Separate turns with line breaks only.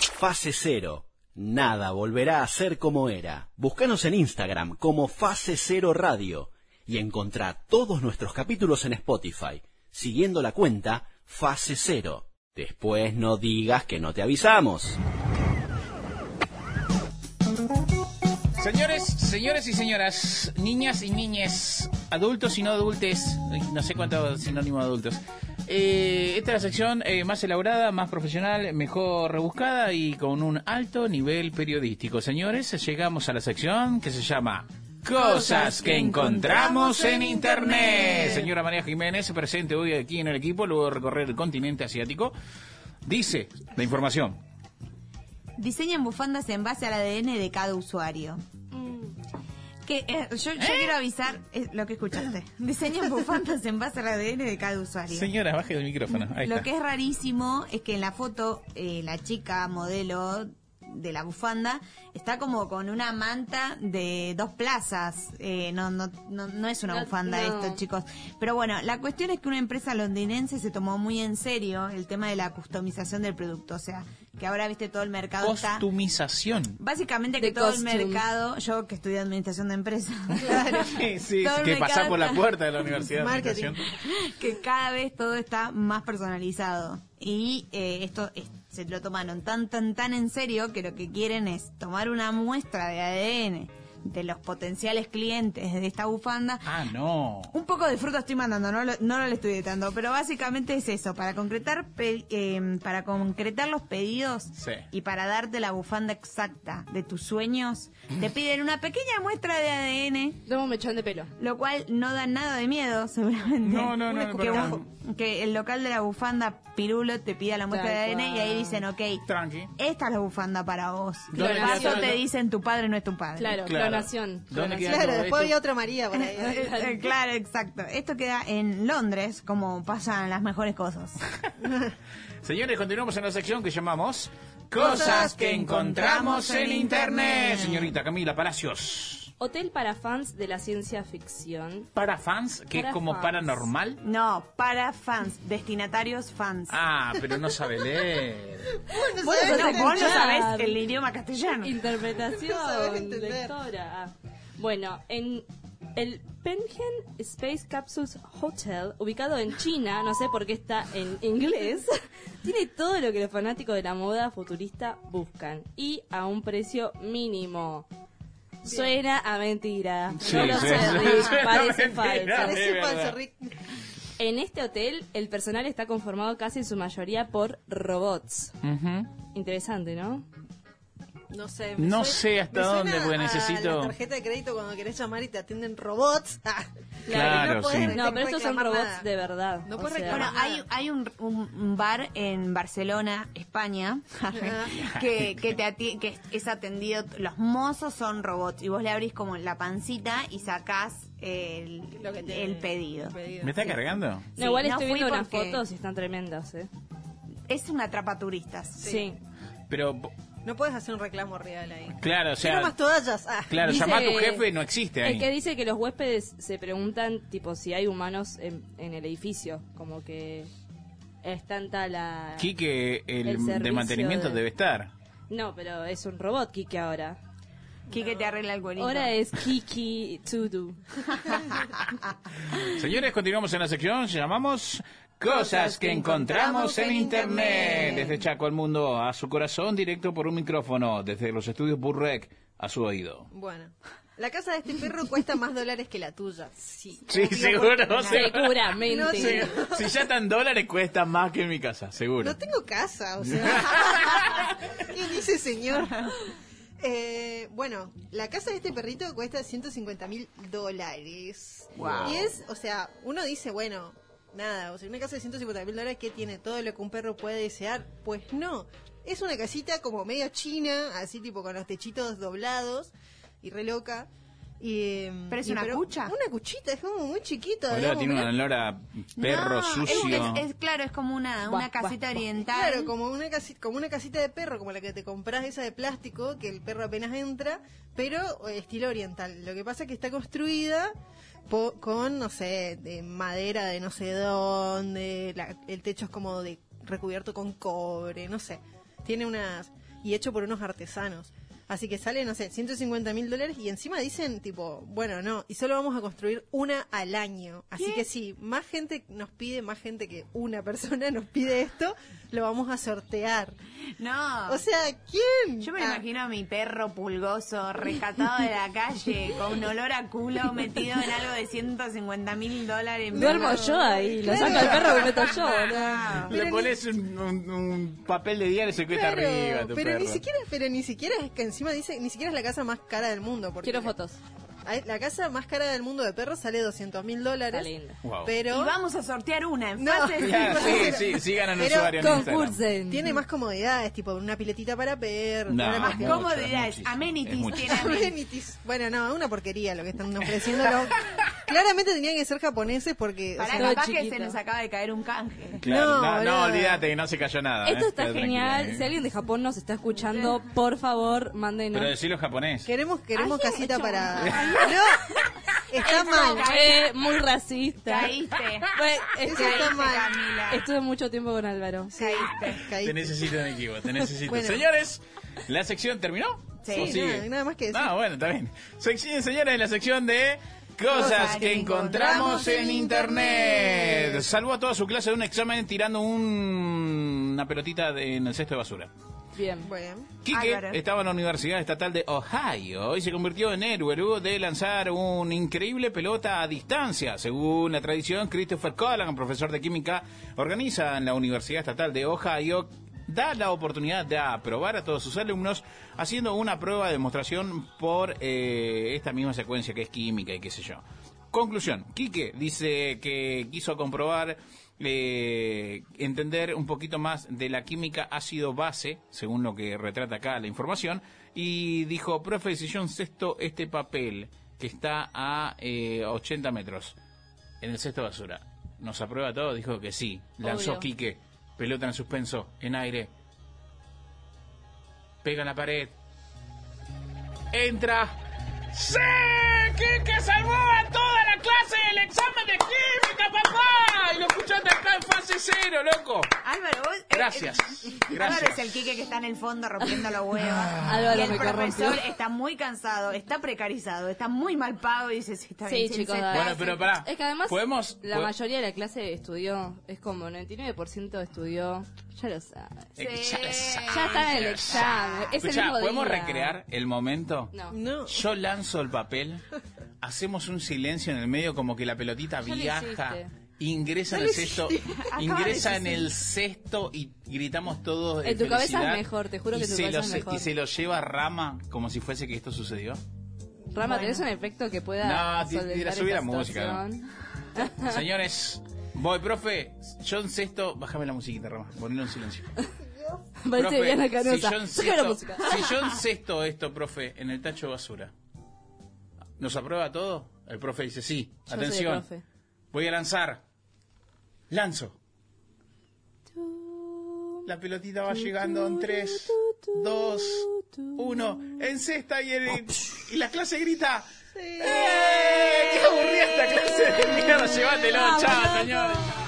Fase Cero. Nada volverá a ser como era. Búscanos en Instagram como Fase Cero Radio y encontrá todos nuestros capítulos en Spotify, siguiendo la cuenta Fase Cero. Después no digas que no te avisamos.
Señores, señores y señoras, niñas y niñes, adultos y no adultes, ay, no sé cuánto sinónimo de adultos. Eh, esta es la sección eh, más elaborada, más profesional, mejor rebuscada y con un alto nivel periodístico. Señores, llegamos a la sección que se llama Cosas que encontramos en Internet. Señora María Jiménez, presente hoy aquí en el equipo, luego de recorrer el continente asiático, dice la información.
Diseñan bufandas en base al ADN de cada usuario.
Mm.
Que, eh, yo, yo quiero avisar eh, lo que escuchaste. Diseñan bufandas en base al ADN de cada usuario.
Señora, baje el micrófono. Ahí
Lo
está.
que es rarísimo es que en la foto eh, la chica modelo de la bufanda está como con una manta de dos plazas. Eh, no, no, no, no es una
No,
bufanda
no.
esto, chicos. Pero bueno, la cuestión es que una empresa londinense se tomó muy en serio el tema de la customización del producto. O sea, que ahora, viste, todo el mercado está...
Costumización.
Básicamente que
De
todo
costume.
el mercado, yo que estudié administración de empresas,
Sí, sí,
Todo el
que pasá
mercado
por la
está-
puerta de la universidad. de
Marketing.
Administración.
que cada vez todo está más personalizado. Y eh, esto es- se lo tomaron tan, tan, tan en serio que lo que quieren es tomar una muestra de ADN de los potenciales clientes de esta bufanda.
Ah, no.
Un poco de fruta estoy mandando, no lo, no lo estudié tanto, pero básicamente es eso, para concretar pe- eh, para concretar los pedidos
Sí.
y para darte la bufanda exacta de tus sueños, te piden una pequeña muestra de ADN
Dame un mechón de pelo.
lo cual no da nada de miedo, seguramente.
No, no, no,
Que,
no,
un- que el local de la bufanda Pirulo te pida la muestra de
Tal
ADN y ahí
cual.
dicen, ok,
Tranqui.
esta es la bufanda para vos. Y
Claro,
de paso
claro.
te dicen, tu padre no es tu padre.
Claro,
Claro.
clonación.
¿Dónde queda
Claro,
todo
después
esto?
había otra María por ahí.
Eh, eh, claro, exacto. Esto queda en Londres, como pasan las mejores cosas.
Señores, continuamos en la sección que llamamos Cosas que encontramos en Internet. Señorita Camila Palacios.
Hotel para fans de la ciencia ficción.
Para fans, que es
Para
como
fans.
paranormal.
No, para fans, destinatarios fans.
Ah, pero no sabe leer.
vos
sabés
no, vos no
entender.
sabés el idioma castellano.
Ah. No sabés
Interpretación,
entender.
lectora. Ah. Bueno, en el Pengen Space Capsules Hotel, ubicado en China, no sé por qué está en inglés, tiene todo lo que los fanáticos de la moda futurista buscan y a un precio mínimo. Suena a mentira.
Sí,
no lo
sí,
sé,
sí,
Rick,
suena a
parece
mentira. Sí,
falso.
Parece un
verdad.
falso Rick.
En este hotel, el personal está conformado casi en su mayoría por robots.
Ujú.
Interesante, ¿no?
No sé.
No sé hasta
me
dónde,
suena
porque
a
necesito-
La tarjeta de crédito cuando querés llamar y te atienden robots. Ah,
Claro,
podés
sí.
re-
No, pero estos son
reclamar
robots
nada.
de verdad.
No
o
puedes
sea,
Bueno,
reclamar.
hay, hay un, un bar en Barcelona, España, que, que, te ati- que es atendido, los mozos son robots y vos le abrís como la pancita y sacás el,
Lo que te-
el pedido.
¿Me está cargando?
No, igual
Sí, no
estoy
fui
viendo unas
porque-
fotos y están tremendas, ¿eh?
Es una atrapa turistas.
Sí.
Pero,
No puedes hacer un reclamo real ahí.
claro, o
Quiero
sea,
más toallas. Ah.
claro,
Dice-
llamá a tu jefe y no existe
Es que
ahí.
dice que los huéspedes se preguntan, tipo, si hay humanos en, en el edificio. Como que es tanta la...
Quique, el,
El
de
servicio
mantenimiento
de-
debe estar.
No, pero es un robot, Kiki, ahora.
Quique te arregla el cuerito.
Ahora es Kiki To Do.
Señores, continuamos en la sección, llamamos Cosas que encontramos en Internet. Desde Chaco al mundo, a su corazón, directo por un micrófono, desde los estudios Burrec, a su oído.
Bueno. La casa de este perro cuesta más dólares que la tuya. Sí.
Sí,
Obvio,
seguro.
porque-
seguro.
Seguramente.
No sé.
Si ya tan dólares cuesta más que en mi casa, seguro.
No tengo casa, o sea. ¿Qué dice señor? Eh, bueno, la casa de este perrito cuesta 150 mil dólares.
Wow.
Y es, o sea, uno dice, bueno, nada, o sea, una casa de 150 mil dólares que tiene todo lo que un perro puede desear. Pues no, es una casita como medio china, así tipo con los techitos doblados y re loca. Y, em,
¿Pero es
y
una cucha?
Una cuchita, es como muy chiquita.
Boludo,
digamos,
tiene un
una-
olor a perro
No, Ah, es-
sucio.
Es, es claro, es como una, una
Buah,
casita
buah, buah.
oriental.
Claro, como una, casi- como una casita de perro, como la que te compras esa de plástico, que el perro apenas entra, pero eh, estilo oriental. Lo que pasa es que está construida po- con, no sé, de madera de no sé dónde, la- el techo es como de recubierto con cobre, no sé. Tiene unas... y hecho por unos artesanos. Así que sale, no sé, 150 mil dólares y encima dicen, tipo, bueno, no, y solo vamos a construir una al año. Así que si más gente nos pide, más gente que una persona nos pide esto, lo vamos a sortear.
No.
O sea,
Ah.
¿quién?
Yo me
Ah,
imagino a mi perro pulgoso rescatado de la calle con un olor a culo metido en algo de 150 mil dólares.
Duermo yo ahí, lo saco al perro y lo meto yo, boludo.
Ah,
Le
Pero ni-
pones un, un- un papel de diario y se cuesta
Claro,
arriba a tu
pero ni
perro.
siquiera, pero ni siquiera es que encima dice, ni siquiera es la casa más cara del mundo. Porque
Quiero
la-
fotos.
Ay, La casa más cara del mundo de perros sale 200 mil dólares.
Está linda.
Wow.
Pero
Y vamos a sortear una en
No.
fase
Ya,
Pero-
Ah, sí, sí, sí ganan
Pero
usuarios en Instagram.
Concursen.
tiene más comodidades, tipo una piletita para perros.
No,
una
es
más
mucho,
comodidades,
es muchísimo,
amenities
es mucho.
tiene amenities.
amenities. Bueno, no, es una porquería lo que están ofreciendo. Lo- Claramente tenían que ser japoneses porque... o
Para
sea,
Todo
capaz que
chiquito.
se nos acaba de caer un canje.
Claro,
No,
no, no,
boludo.
olvídate que no se cayó nada.
Esto
eh.
está
Quédate
genial.
tranquila, eh.
Si alguien de Japón nos está escuchando, por favor, mándenos.
Pero decirlo japonés.
queremos queremos
Ay,
casita
ocho.
para... No, está mal.
Eh, muy racista.
Caíste.
Bueno,
Eso
estuve-
está mal.
Camila.
estuve mucho tiempo con Álvaro.
Caíste.
Caíste.
Te necesito en equipo, te necesito.
Bueno.
Señores, ¿la sección terminó?
Sí.
¿O
Sí,
sigue?
nada, nada más que decir.
Ah, bueno, está bien. Sección, señores, la sección de cosas,
Cosas
que
que
encontramos
encontramos
en
en
internet.
Internet.
Salvó a toda su clase de un examen tirando un- una pelotita de- en el cesto de basura.
Bien.
Bueno.
Quique
Álvaro.
estaba en la Universidad Estatal de Ohio y se convirtió en héroe luego de lanzar una increíble pelota a distancia. Según la tradición, Christopher Collan, profesor de química, organiza en la Universidad Estatal de Ohio da la oportunidad de aprobar a todos sus alumnos haciendo una prueba de demostración por eh, esta misma secuencia que es química y qué sé yo. Conclusión, Quique dice que quiso comprobar, eh, entender un poquito más de la química ácido-base, según lo que retrata acá la información, y dijo, profe, si yo encesto este papel que está a eh, 80 metros en el cesto de basura, ¿nos aprueba todo? Dijo que sí. Lanzó
Obvio.
Quique, pelota en suspenso, en aire, pega en la pared, entra. ¡Sí! ¡Quique salvó a toda la clase del examen de química, papá! Y lo escuchaste acá en fase cero, loco.
Álvaro, vos- eh,
Gracias,
eh,
gracias.
Álvaro es el Quique que está en el fondo rompiendo los huevos.
Álvaro
y el
me corrompió.
profesor está muy cansado, está precarizado, está muy mal pago y dice, sí, está
Sí,
bien, sí,
chicos,
sí,
dale.
Bueno, pero pará.
Es que además
¿Podemos-
la
po-
mayoría de la clase estudió, es como 99% estudió, ya lo sabes.
Eh,
Sí.
ya lo sabe,
Ya está en
ya
el
lo sabe.
examen, es el
Escuchá,
mismo
¿podemos
día.
recrear el momento?
No.
No.
Yo lanzo el papel, hacemos un silencio en el medio como que la pelotita
Ya lo
viaja,
hiciste.
ingresa en el cesto,
Acaba
ingresa
de
en el cesto y gritamos todos de
En tu cabeza es
felicidad.
mejor, te juro que
Y
en tu
se
cabeza
lo
es
se-
mejor.
Y se lo lleva Rama como si fuese que esto sucedió.
Rama, ¿tenés un efecto que pueda
No, ti-
solventar
tira,
esta
subí la música,
situación?
Señores, voy, profe, yo en cesto, bájame la musiquita, Rama, ponelo en silencio.
Parece
Profe,
Diana Canosa.
Si yo,
Saca
insisto,
la música.
si yo insisto esto, profe, en el tacho de basura, ¿nos aprueba todo? El profe dice sí.
Yo soy el
Atención.
profe.
Voy a lanzar. Lanzo. La pelotita va llegando en 3, 2, 1. En cesta y, el- y la clase grita. ¡Eh! ¡Qué aburrida esta clase de mierda! Llévatelo,
Vamos,
chao,
loco.
señores.